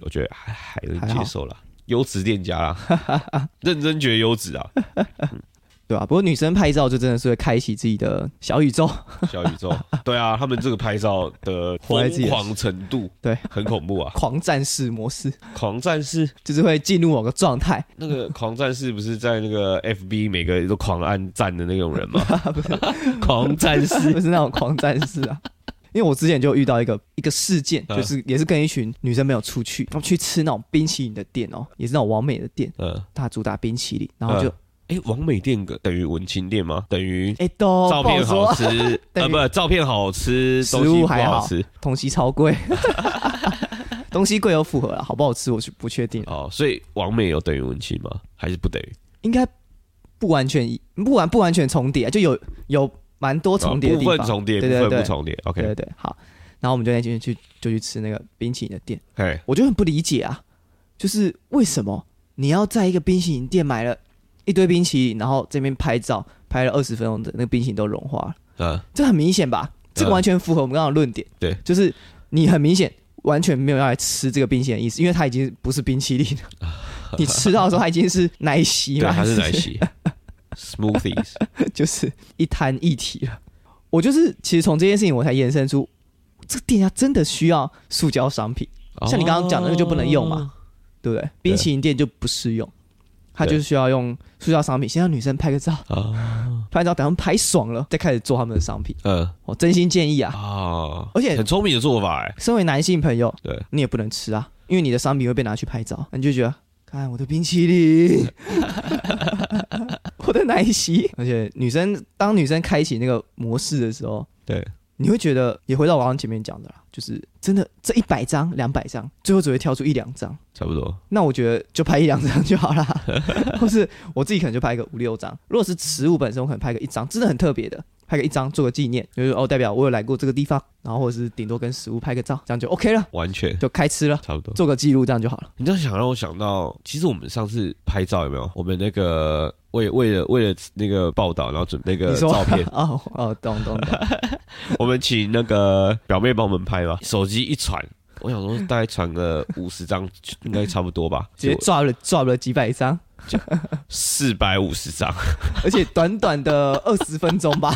S1: 我觉得还还能
S2: 还好
S1: 接受啦，优质店家啦，
S2: *laughs*
S1: 认真觉得优质啊，
S2: 嗯，对啊，不过女生拍照就真的是会开启自己的小宇宙，
S1: 小宇
S2: *laughs*
S1: 宙，对啊，他们这个拍照的
S2: 活在自己
S1: 疯
S2: 的
S1: 狂程度，
S2: *laughs* 对，
S1: 很恐怖啊，
S2: 狂战士模式，
S1: 狂战士
S2: 就是会进入某个
S1: *laughs*
S2: 状态，
S1: 那个狂战士不是在那个 FB 每个都 *laughs*
S2: *laughs*
S1: 狂按赞的那种人吗？狂战士
S2: 不是那种狂战士啊。因因为我之前就遇到一个一个事件，
S1: 嗯
S2: 就是也是跟一群女生朋友出去，他们去吃那种冰淇淋的店哦，也是那种完美的店，
S1: 嗯，
S2: 它主打冰淇淋，然后就
S1: 哎、王美店跟等于文青店吗？等于
S2: 哎都
S1: 照
S2: 不好
S1: 片哦好
S2: 说，
S1: 吃，
S2: 等
S1: 呃，
S2: 于
S1: 不，照片好吃，
S2: 食
S1: 东西
S2: 物
S1: 不
S2: 还
S1: 好
S2: 好
S1: 吃
S2: 东西超贵，东西贵有符合了，好不好吃我是不确定，
S1: 哦。所以王美有等于文青吗？还是不等于？
S2: 应该不完全一不完不完全重叠，就有有蛮多重叠
S1: 哦
S2: 的
S1: 部
S2: 地方，
S1: 分重叠，部
S2: 对对
S1: 分
S2: 对
S1: 不重叠。
S2: 对
S1: OK，
S2: 对对，好，然后我们就那天去就去吃那个冰淇淋的店。
S1: 嘿，
S2: 我就很不理解啊，就是为什么你要在一个冰淇淋店买了一堆冰淇淋，然后这边拍照，拍了二十分钟的那个冰淇淋都融化了，
S1: 嗯，
S2: 这很明显吧？这个
S1: 嗯
S2: 完全符合我们刚刚的论点，
S1: 对
S2: 就是你很明显完全没有要来吃这个冰淇淋的意思，因为它已经不是冰淇淋了，
S1: *laughs*
S2: 你吃到的时候它已经是奶昔
S1: 对，
S2: 了，
S1: 它是奶
S2: 还
S1: *laughs* 昔，smoothies，
S2: 就是一摊一体了。我就是其实从这件事情我才延伸出，这个店家真的需要塑胶商品。像你刚刚讲的那个就不能用嘛对不对？冰淇淋店就不适用，它
S1: 对
S2: 就需要用塑胶商品，先让女生拍个照，
S1: 哦。啊，
S2: 拍照等他们拍爽了，再开始做他们的商品。
S1: 嗯，
S2: 我真心建议啊，
S1: 哦，
S2: 而且
S1: 很聪明的做法，哎，
S2: 身为男性朋友，
S1: 对，
S2: 你也不能吃啊，因为你的商品会被拿去拍照，你就觉得。看我的冰淇
S1: *laughs*
S2: 淋，我的奶昔，而且女生当女生开启那个模式的时候，
S1: 对，
S2: 你会觉得也回到我刚刚前面讲的啦，就是真的这一百张、两百张，最后只会挑出一两张，
S1: 差不多，
S2: 那我觉得就拍一两张就
S1: *laughs*
S2: 好啦，或是我自己可能就拍个五六张。如果是食物本身，我可能拍个一张，真的很特别的，拍个一张做个纪念，就是哦代表我有来过这个地方，然后或者是顶多跟食物拍个照，这样就 OK 了，
S1: 完全
S2: 就开吃了，
S1: 差不多。
S2: 做个记录这样就好了。
S1: 你这样想让我想到，其实我们上次拍照有没有？我们那个为为了为了那个报道，然后准备那
S2: 你
S1: 个
S2: 说，
S1: 照片
S2: *laughs* 哦哦，懂懂懂，
S1: *laughs* 我们请那个表妹帮我们拍嘛，手机一传。我想说，大概传 *laughs* 个五十张，应该差不多吧，
S2: 直接抓了抓了几百张，
S1: 四百五十张，
S2: 而且短短的二十分钟吧，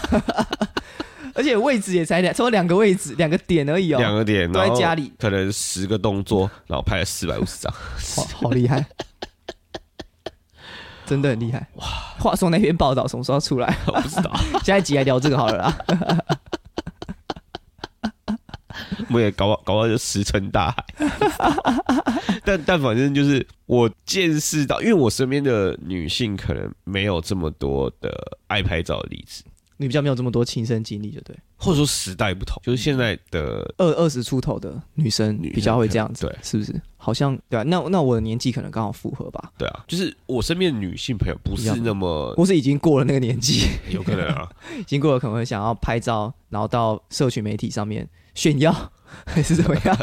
S2: *laughs* 而且位置也才两，差不多两个位置，两个点而已哦，
S1: 两个点，
S2: 都在
S1: 然后
S2: 家里
S1: 可能十个动作，然后拍了四百五十张，
S2: 好好厉害，真的很厉害哇！话说那篇报道什么时候
S1: *laughs*
S2: 出来？
S1: *laughs* 我不知道，
S2: 下一集来聊这个好了啦。
S1: 我也搞不好搞到就石沉大海。 *laughs* 但但反正就是我见识到，因为我身边的女性可能没有这么多的爱拍照的例子，
S2: 你比较没有这么多亲身经历，就对。
S1: 或者说时代不同，就是现在的
S2: 二二十出头的女生
S1: 女生
S2: 比较会这样子，
S1: 对
S2: 是不是？好像对啊，那那我的年纪可能刚好符合吧。
S1: 对啊，就是我身边的女性朋友不
S2: 一样
S1: 是
S2: 吗
S1: 那么
S2: 我是已经过了那个年纪，
S1: *laughs* 有可能啊，
S2: 已经过了可能会想要拍照，然后到社群媒体上面炫耀， *laughs* 还是怎么 *laughs* 样？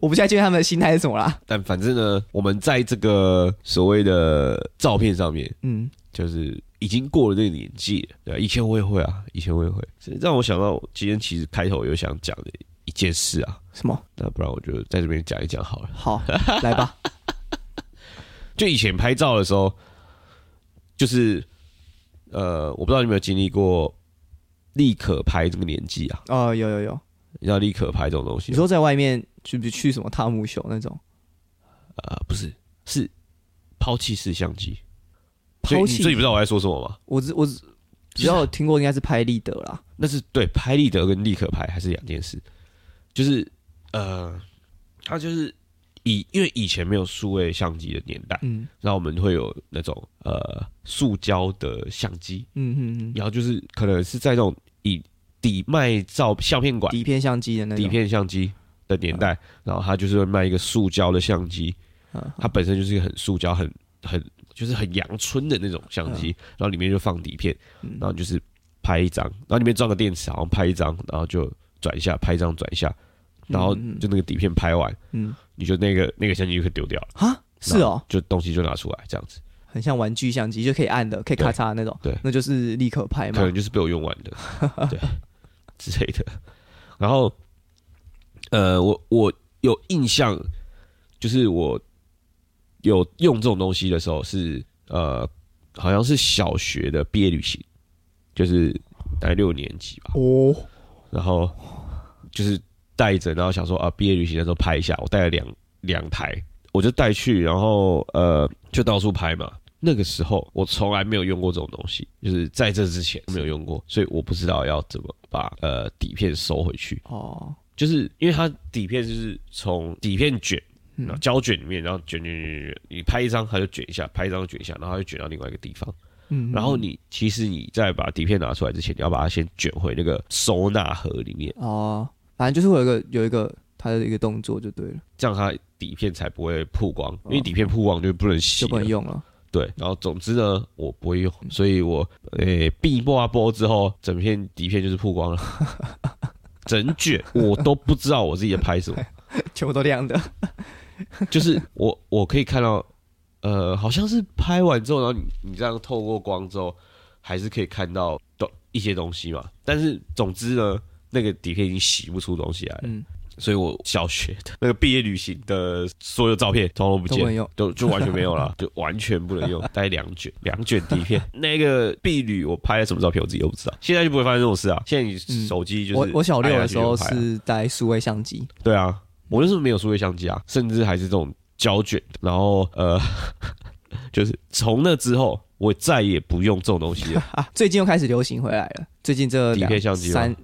S2: 我不太确定他们的心态是什么啦。
S1: 但反正呢，我们在这个所谓的照片上面，
S2: 嗯，
S1: 就是已经过了那个年纪了。对啊，以前我也会啊，以前我也会。这让我想到今天其实开头有想讲的一件事啊，
S2: 什么？
S1: 那不然我就在这边讲一讲好了。
S2: 好，来吧。 *laughs*
S1: 就以前拍照的时候，就是呃，我不知道你有没有经历过立可拍这个年纪啊？
S2: 哦，有有有，
S1: 你知道立可拍这种东西吗？
S2: 你说在外面去不去什么汤姆熊那种？
S1: 呃，不是，是抛弃式相机。所以
S2: 抛
S1: 你
S2: 弃
S1: 所以你不知道我在说什么吗？
S2: 我只我只只要有听过应该是拍立得啦，
S1: 那是对拍立得跟立可拍还是两件事，就是呃，它就是以因为以前没有数位相机的年代，
S2: 嗯
S1: 那我们会有那种呃塑胶的相机，
S2: 嗯嗯嗯，
S1: 然后就是可能是在那种以底卖照相片馆
S2: 底片相机的那种
S1: 底，片相机的年代，然后它就是会卖一个塑胶的相机，
S2: 嗯
S1: 它本身就是一个很塑胶、很很就是很阳春的那种相机，
S2: 嗯
S1: 然后里面就放底片，然后你就是拍一张，然后里面装个电池，好像拍一张，然后就转一下，拍一张转一下，然后
S2: 嗯嗯
S1: 就那个底片拍完，
S2: 嗯
S1: 你就那个那个相机就可以丢掉了，
S2: 啊是
S1: 然
S2: 哦
S1: 后，就东西就拿出来这样子，
S2: 很像玩具相机，就可以按的，可以咔嚓的那种，
S1: 对对
S2: 那就是立刻拍
S1: 可
S2: 嘛
S1: 能，就是被我用完的，对之类的。然后，呃，我我有印象，就是我有用这种东西的时候是呃，好像是小学的毕业旅行，就是大概六年级吧，
S2: 哦，
S1: 然后就是带着，然后想说啊，毕业旅行的时候拍一下，我带了两两台，我就带去，然后呃，就到处拍嘛。那个时候我从来没有用过这种东西，就是在这之前没有用过，所以我不知道要怎么把呃底片收回去，
S2: 哦，
S1: 就是因为它底片就是从底片卷。
S2: 嗯
S1: 然后胶卷里面，然后卷卷卷卷卷，你拍一张它就卷一下，拍一张就卷一下，然后它就卷到另外一个地方。
S2: 嗯，
S1: 然后你其实你在把底片拿出来之前，你要把它先卷回那个收纳盒里面，
S2: 哦，反正就是会有一个有一个他的一个动作就对了，
S1: 这样它底片才不会曝光，因为底片曝光就不能洗
S2: 哦就
S1: 了，
S2: 不能用嗯了。
S1: 对，然后总之呢，我不会用，所以我诶闭播啊播之后，整片底片就是曝光
S2: *laughs*
S1: 了，整卷我都不知道我自己在拍什
S2: *laughs*
S1: 么，
S2: *laughs* 全部都亮的，
S1: 就是我我可以看到，呃，好像是拍完之后，然后你你这样透过光之后，还是可以看到东一些东西嘛，但是总之呢，那个底片已经洗不出东西来了，
S2: 嗯，
S1: 所以我小学的那个毕业旅行的所有照片通通不
S2: 都
S1: 见
S2: 不能，用。
S1: 就就完全没有了， *laughs* 就完全不能用，大概两卷 *laughs* 两卷底
S2: *laughs*
S1: 片。那个婢女，我拍了什么照片，我自己都不知道。现在就不会发生这种事啊！现在你
S2: 嗯
S1: 手机就是、啊
S2: 我我小六的时候，是带数位相机，
S1: 对啊，我就是没有数位相机啊，甚至还是这种胶卷，然后呃， *laughs* 就是从那之后，我再也不用这种东
S2: *laughs*
S1: 西了。
S2: 啊，最近又开始流行回来了。最近这
S1: 底
S2: 两
S1: 片相机吗
S2: 三，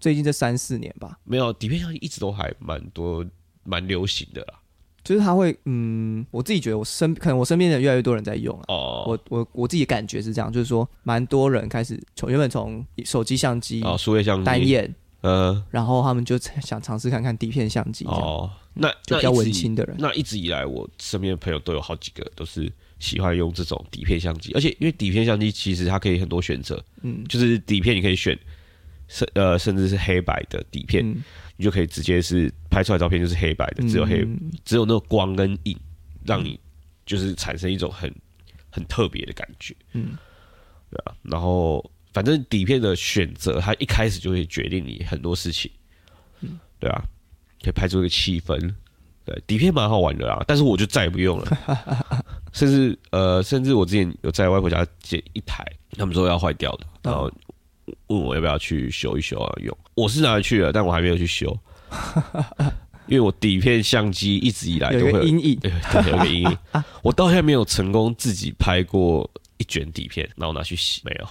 S2: 最近这三四年吧，
S1: 没有底片相机一直都还蛮多蛮流行的啦。
S2: 就是他会，嗯，我自己觉得我身可能我身边的越来越多人在用了。
S1: 哦，
S2: 我我我自己的感觉是这样，就是说蛮多人开始从原本从手机相机
S1: 哦，数位相机
S2: 单眼，
S1: 呃，
S2: 然后他们就想尝试看看底片相机，这样
S1: 哦，那
S2: 就比较文青的人。
S1: 那一直以来，我身边的朋友都有好几个都是喜欢用这种底片相机，而且因为底片相机其实它可以很多选择，
S2: 嗯
S1: 就是底片你可以选甚呃甚至是黑白的底片，
S2: 嗯，
S1: 你就可以直接是拍出来照片就是黑白的，只有黑、
S2: 嗯
S1: 只有那个光跟影，让你就是产生一种很很特别的感觉，
S2: 嗯，
S1: 对啊，然后反正底片的选择，它一开始就会决定你很多事情，对啊，可以拍出一个气氛，对，底片蛮好玩的啦，但是我就再也不用了，甚至呃，甚至我之前有在外婆家借一台，他们说要坏掉的，然后问我要不要去修一修啊用，我是拿来去了，但我还没有去修。
S2: *laughs*
S1: 因为我底片相机一直以来都
S2: 有
S1: 会
S2: 一
S1: 有
S2: 个阴影，啊
S1: 对，对有个阴
S2: *laughs*
S1: 影。我到现在没有成功自己拍过一卷底片，然后拿去洗，没有，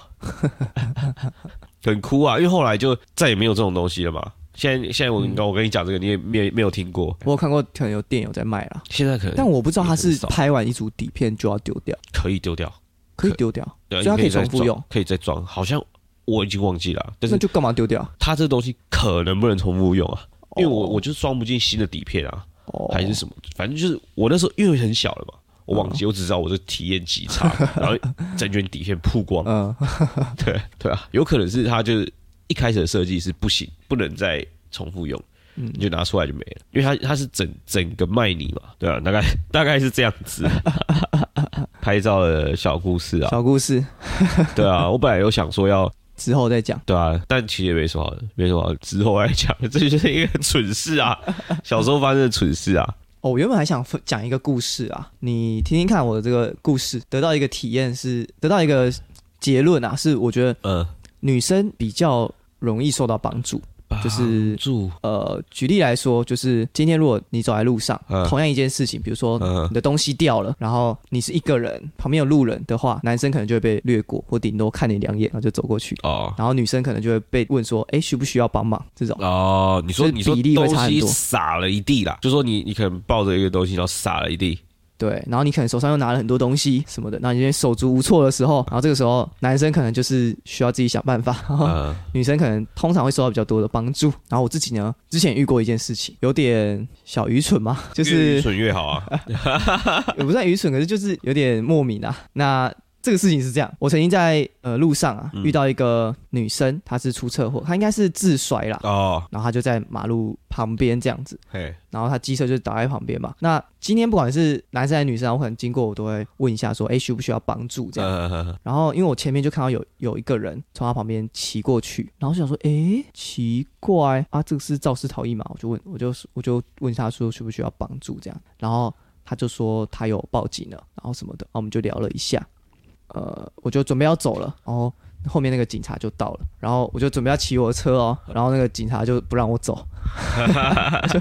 S1: 很酷啊！因为后来就再也没有这种东西了嘛。现在现在我跟
S2: 嗯
S1: 我跟你讲这个，你也没没有听过。
S2: 我有看过，可能有店有在卖啦，
S1: 现在可能
S2: 但我不知道他
S1: 也
S2: 是
S1: 很少
S2: 拍完一组底片就要丢掉，
S1: 可以丢掉，
S2: 可以
S1: 可
S2: 丢掉，
S1: 对
S2: 所
S1: 啊，
S2: 以
S1: 你
S2: 它可以
S1: 再
S2: 重复
S1: 装
S2: 用，哦
S1: 可以再装。好像我已经忘记了啊，但
S2: 那
S1: 是
S2: 就干嘛丢掉？
S1: 它这东西可能不能重复用啊，因为我
S2: 哦
S1: 我就装不进新的底片啊。
S2: 哦
S1: 还是什么，反正就是我那时候因为很小了嘛，我忘
S2: 嗯
S1: 记，我只知道我是体验极差，然后整卷底片曝光，
S2: 嗯，
S1: 对对啊，有可能是它就是一开始的设计是不行，不能再重复用，你就拿出来就没了，因为它它是整整个卖你嘛，对啊，大概大概是这样子，
S2: *laughs*
S1: 拍照的小故事啊，
S2: *laughs* 小故事
S1: 对啊，我本来有想说要
S2: 之后再讲。
S1: 对啊，但其实也没什么好，没什么好之后来讲，这就是一个蠢事啊，小时候发生的蠢事啊，
S2: 哦，我原本还想分讲一个故事啊，你听听看我的这个故事，得到一个体验是得到一个结论啊，是我觉得
S1: 嗯，
S2: 女生比较容易受到帮助。就是
S1: 帮助，
S2: 呃，举例来说，就是今天如果你走在路上，
S1: 嗯
S2: 同样一件事情，比如说
S1: 嗯
S2: 你的东西掉了，然后你是一个人，旁边有路人的话，男生可能就会被略过，或顶多看你两眼，然后就走过去，
S1: 哦
S2: 然后女生可能就会被问说，哎，需不需要帮忙？这种
S1: 哦，你说
S2: 就是
S1: 你说
S2: 比例会
S1: 东
S2: 差很
S1: 西
S2: 多
S1: 撒了一地啦，就说你你可能抱着一个东西然后撒了一地，
S2: 对，然后你可能手上又拿了很多东西什么的，那你就手足无措的时候，然后这个时候男生可能就是需要自己想办法，然后
S1: 嗯
S2: 女生可能通常会受到比较多的帮助。然后我自己呢，之前遇过一件事情，有点小愚蠢嘛，就
S1: 越
S2: 是
S1: 愚蠢越好
S2: *laughs*
S1: 啊，
S2: 也不算愚蠢，可是就是有点莫名啊。那这个事情是这样，我曾经在呃路上啊遇到一个女生，她是出车祸，她应该是自摔啦，
S1: 哦，
S2: 然后她就在马路旁边这样子，
S1: 嘿，
S2: 然后她机车就倒在旁边嘛。那今天不管是男生还是女生啊，我可能经过我都会问一下说，哎，需不需要帮助这样。
S1: 嗯，
S2: 然后因为我前面就看到有有一个人从他旁边骑过去，然后就想说，诶，奇怪啊，这个是肇事逃逸嘛？我就问，我就我就问他说需不需要帮助这样，然后他就说他有报警了，然后什么的，然后我们就聊了一下，呃，我就准备要走了，然后后面那个警察就到了，然后我就准备要骑我的车哦，然后那个警察就不让我走，他就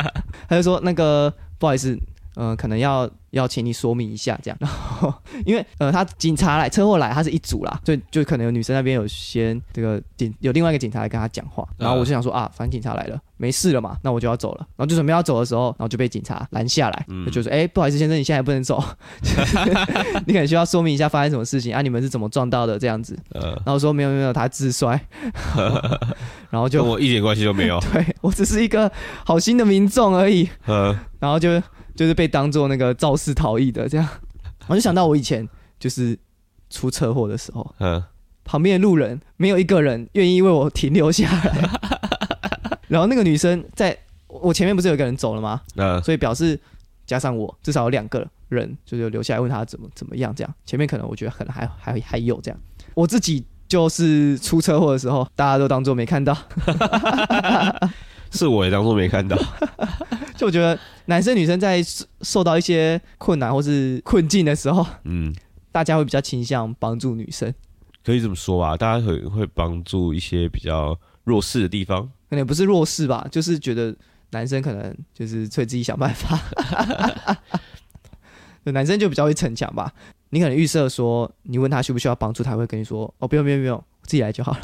S2: 他就说那个不好意思。呃，可能要要请你说明一下这样。然后因为呃，他警察来车祸来，他是一组啦，所以就可能有女生那边有先这个警有另外一个警察来跟他讲话，然后我就想说啊，反正警察来了，没事了嘛，那我就要走了。然后就准备要走的时候，然后就被警察拦下来，就就说哎、不好意思先生，你现在不能走， *laughs* 你可能需要说明一下发生什么事情啊，你们是怎么撞到的这样子。
S1: *laughs* 呃，
S2: 然后我说没有没有没有，他自摔，然后
S1: 跟
S2: 就。
S1: 我一点关系都没有
S2: *laughs* 对我只是一个好心的民众而已。
S1: 呃，
S2: 然后就就是被当做那个肇事逃逸的这样。我就想到我以前就是出车祸的时候，
S1: 嗯，
S2: 旁边的路人没有一个人愿意为我停留下来。然后那个女生在我前面不是有一个人走了吗？
S1: 那
S2: 所以表示加上我至少有两个人就是有留下来问他怎么怎么样这样。前面可能我觉得可能还还还有这样，我自己。就是出车祸的时候，大家都当做没看到， *laughs*
S1: 是我也当做没看到。 *laughs*
S2: 就我觉得男生女生在受受到一些困难或是困境的时候，
S1: 嗯，
S2: 大家会比较倾向帮助女生，
S1: 可以这么说吧，大家可能会帮助一些比较弱势的地方。 *laughs*
S2: 可能也不是弱势吧，就是觉得男生可能就是会自己想办法，对，男生就比较会逞强吧。你可能预设说，你问他需不需要帮助，他会跟你说：“哦，不用不用不用，我自己来就好了。”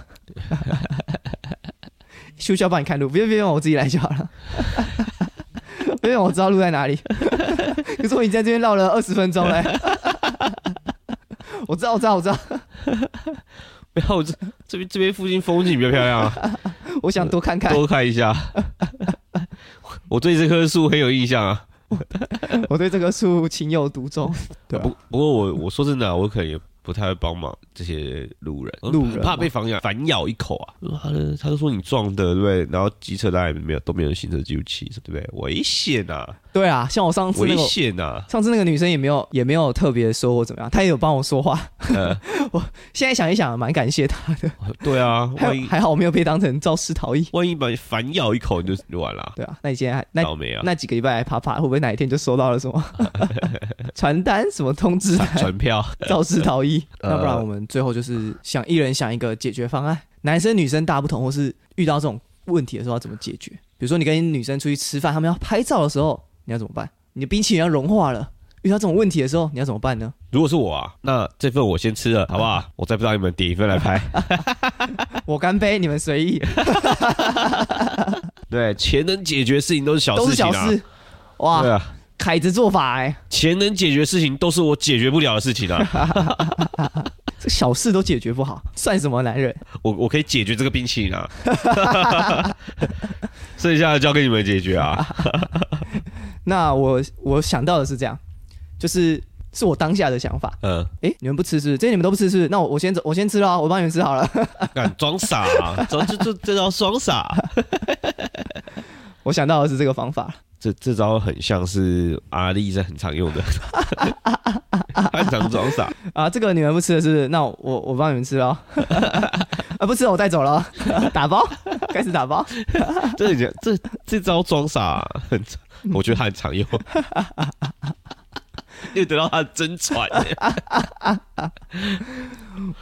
S2: *laughs* 需不需要帮你看路？不用不用，我自己来就好了。不用，我知道路在哪里。 *laughs* 可是我已经在这边绕了 *laughs* 二十分钟嘞。我知道，我知道，我知道，
S1: 不要，我这这边这边附近风景比较漂亮
S2: *laughs*
S1: 啊，
S2: 我想多看看。
S1: 多看一下。 *laughs* 我对这棵树很有印象啊。
S2: 我对这个树情有独钟。对啊
S1: 不不过我我说真的啊、我可能也不太会帮忙这些路人，
S2: 哦路人
S1: 很怕
S2: 吗哦
S1: 被反咬反咬一口啊。他的他就说你撞的对不对？然后机车当然没有都没有行车记录器，对不对？危险啊，
S2: 对啊，像我上次那
S1: 危
S2: 个，
S1: 险啊！
S2: 上次那个女生也没有也没有特别说我怎么样，她也有帮我说话。 *laughs*
S1: 呃，
S2: 现在想一想，蛮感谢她的，
S1: 对啊，
S2: 还
S1: 万
S2: 有
S1: 一
S2: 还好我没有被当成肇事逃逸。
S1: 万一把你反咬一口，你就完了，
S2: 对啊，那你现在还那
S1: 倒霉啊！
S2: 那几个礼拜还爬爬，会不会哪一天就收到
S1: *laughs*
S2: 了什么传单、什么通知单、
S1: 啊
S2: *laughs*
S1: 传票，
S2: 肇事逃逸？
S1: 呃
S2: 那不然我们最后就是想一人想一个解决方案，男生女生大不同，或是遇到这种问题的时候要怎么解决？比如说你跟女生出去吃饭，他们要拍照的时候，你要怎么办？你的冰淇淋要融化了，遇到这种问题的时候，你要怎么办呢？
S1: 如果是我啊，那这份我先吃了，好不
S2: *laughs*
S1: 好？我再不让你们点一份来拍。
S2: 我干杯，你们随意，
S1: 对，钱能解决事情都是小
S2: 都
S1: 事
S2: 是
S1: 情
S2: 小
S1: 啊。
S2: 事。哇
S1: 对，啊，
S2: 凯子做法哎、
S1: 钱能解决事情都是我解决不了的事情啊。
S2: 这小事都解决不好，算什么男人？
S1: 我我可以解决这个冰淇淋啊， *laughs* 剩下的交给你们解决啊。
S2: 那我我想到的是这样，就是是我当下的想法。
S1: 嗯，
S2: 哎、你们不吃是不是？这些你们都不吃是不是？那我我先走，我先吃了啊，我帮你们吃好了。 *laughs*
S1: 敢装傻、啊，装这这这招装傻，啊
S2: 我想到的是这个方法，
S1: 这这招很像是阿力在很常用的， *laughs* 他很常装傻。
S2: 啊，这个你们不吃了是不是？那我我我帮你们吃喽。 *laughs* 啊，不吃了我带走了， *laughs* 打包，开始打包。
S1: 这你讲这这招装傻、啊很常，我觉得他很常 *laughs* 用，又得到他的真传，欸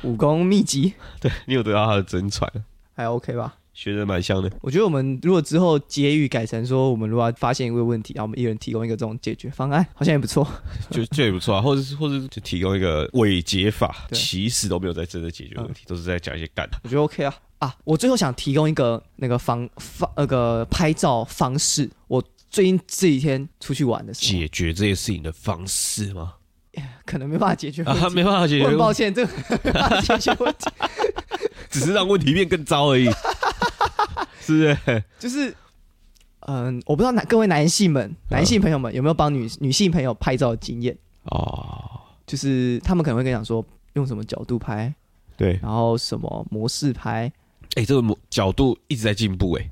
S2: 武功秘籍
S1: 对你有得到他的真传，
S2: 还 OK 吧？
S1: 学的蛮像的。
S2: 我觉得我们如果之后结语改成说，我们如果要发现一个问题，然后我们一人提供一个这种解决方案，好像也不错。
S1: *laughs* 就就也不错啊，或者是或者是就提供一个伪解法，
S2: 对嗯
S1: 其实都没有在真的解决问题，都是在讲一些干的。
S2: 我觉得 OK 啊啊！我最后想提供一个那个方方那个拍照方式。我最近这几天出去玩的时候，
S1: 解决这些事情的方式吗？
S2: 可能没办法解决问题。
S1: 啊，没办法解
S2: 嗯我
S1: 决
S2: 很，抱歉，这个没办法解决问题，
S1: 只是让问题变更糟而
S2: *laughs*
S1: 已，是不是？
S2: 就是嗯，我不知道男各位男性们、男性朋友们有没有帮女女性朋友拍照的经验？
S1: 哦，
S2: 就是他们可能会跟你讲说用什么角度拍，
S1: 对，
S2: 然后什么模式拍，
S1: 哎、这个模角度一直在进步、哎，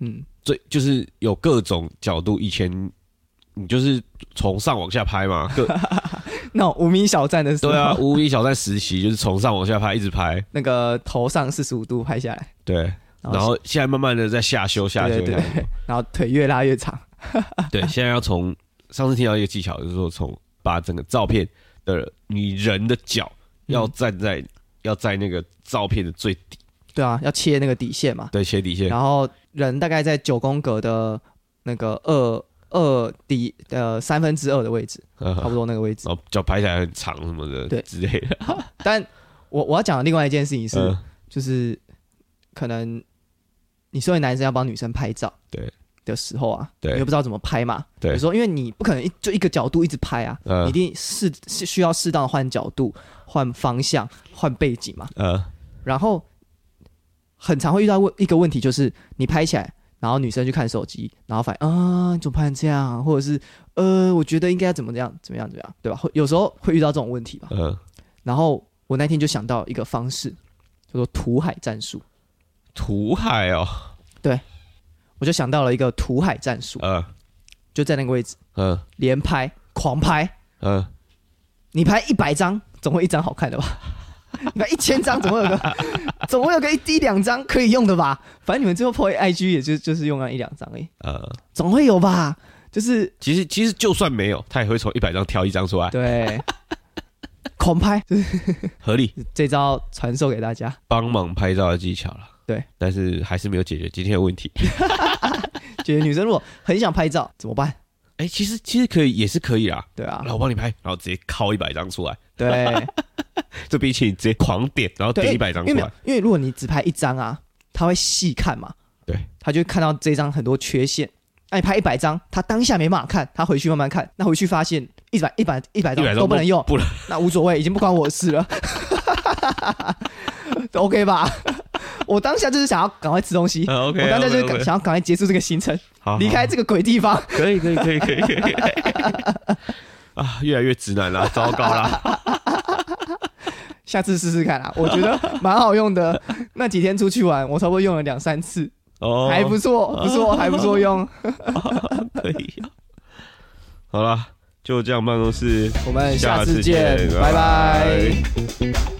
S2: 嗯，
S1: 最就是有各种角度，以前你就是从上往下拍嘛，
S2: *laughs*
S1: 各
S2: 那种无名小站的时候，
S1: 对啊，无名小站实习就是从上往下拍，一直拍，
S2: 那个头上四十五度拍下来，
S1: 对，然后现在慢慢的在下修下修
S2: 哦对对
S1: 下修
S2: 对， *laughs* 然后腿越拉越长。
S1: 对，现在要从上次听到一个技巧，就是说从把整个照片的你人的脚
S2: 嗯
S1: 要站在、要在那个照片的最底
S2: 对啊，要切那个底线嘛。
S1: 对切底线，
S2: 然后人大概在九宫格的那个二二底呃三分之二的位置，
S1: 嗯
S2: 差不多那个位置。
S1: 然后脚拍起来很长什么的，
S2: 对
S1: 之类的，
S2: 但我我要讲的另外一件事
S1: *laughs*
S2: 情是，
S1: 嗯
S2: 就是可能你身为男生要帮女生拍照，
S1: 对
S2: 的时候啊，
S1: 对
S2: 你又不知道怎么拍嘛，
S1: 对
S2: 有时候因为你不可能一就一个角度一直拍啊，
S1: 嗯
S2: 你一定是是需要适当的换角度、换方向、换背景嘛，
S1: 呃，
S2: 然后很常会遇到问一个问题，就是你拍起来，然后女生去看手机，然后发现啊，你怎么拍成这样？或者是呃，我觉得应该怎么样，怎么样，怎么样，对吧？会有时候会遇到这种问题吧。
S1: 嗯，
S2: 然后我那天就想到一个方式，叫做土海战术，
S1: 土海哦，
S2: 我就想到了一个土海战术，
S1: 嗯
S2: 就在那个位置
S1: 嗯
S2: 连拍狂拍，
S1: 嗯，
S2: 你拍一百张，总会一张好看的吧？ *laughs* 你拍一千张，总会有个，总会有个一一两张可以用的吧？反正你们最后破 IG 也就就是用了一两张而已。
S1: 呃，
S2: 总会有吧？就是
S1: 其实其实就算没有，他也会从一百张挑一张出来，
S2: 对，狂拍，就是
S1: 合理，
S2: 这招传授给大家。
S1: 帮忙拍照的技巧了。
S2: 对，
S1: 但是还是没有解决今天的问
S2: *laughs*
S1: 题。
S2: 觉得女生如果很想拍照怎么办？
S1: 哎、其实其实可以，也是可以啦。
S2: 对啊
S1: 然，后我帮你拍，然后直接拷一百张出来，
S2: 对
S1: 这比起你直接狂点，然后
S2: 对，
S1: 哦点一百张
S2: 因
S1: 出
S2: 为
S1: 来，
S2: 因为如果你只拍一张啊，他会细看嘛，
S1: 对，
S2: 他就会看到这张很多缺陷。那你拍一百张，他当下没办法看，他回去慢慢看，那回去发现一百一百一百
S1: 一百
S2: 张
S1: 张
S2: 都不能用，
S1: 不能。
S2: 那无所谓，已经不关我的事了 *laughs* ，OK 吧？我当下就是想要赶快吃东西，
S1: 呃 OK，
S2: 我刚才就是
S1: OK，OK 啊
S2: 想要赶快结束这个行程，
S1: 好
S2: 离，开这个鬼地方。
S1: 好可以可以可以可以可以。 *laughs* 啊，越来越直男啦，糟糕啦！
S2: 下次试试看啊，我觉得蛮好用的。那几天出去玩，我差不多用了两三次，
S1: 哦，
S2: *laughs* 还不错，不错，还不错用。
S1: 可以。好啦，就这样，办公室，
S2: 我们下
S1: 下
S2: 次
S1: 次
S2: 见
S1: 见，，
S2: 拜拜
S1: 拜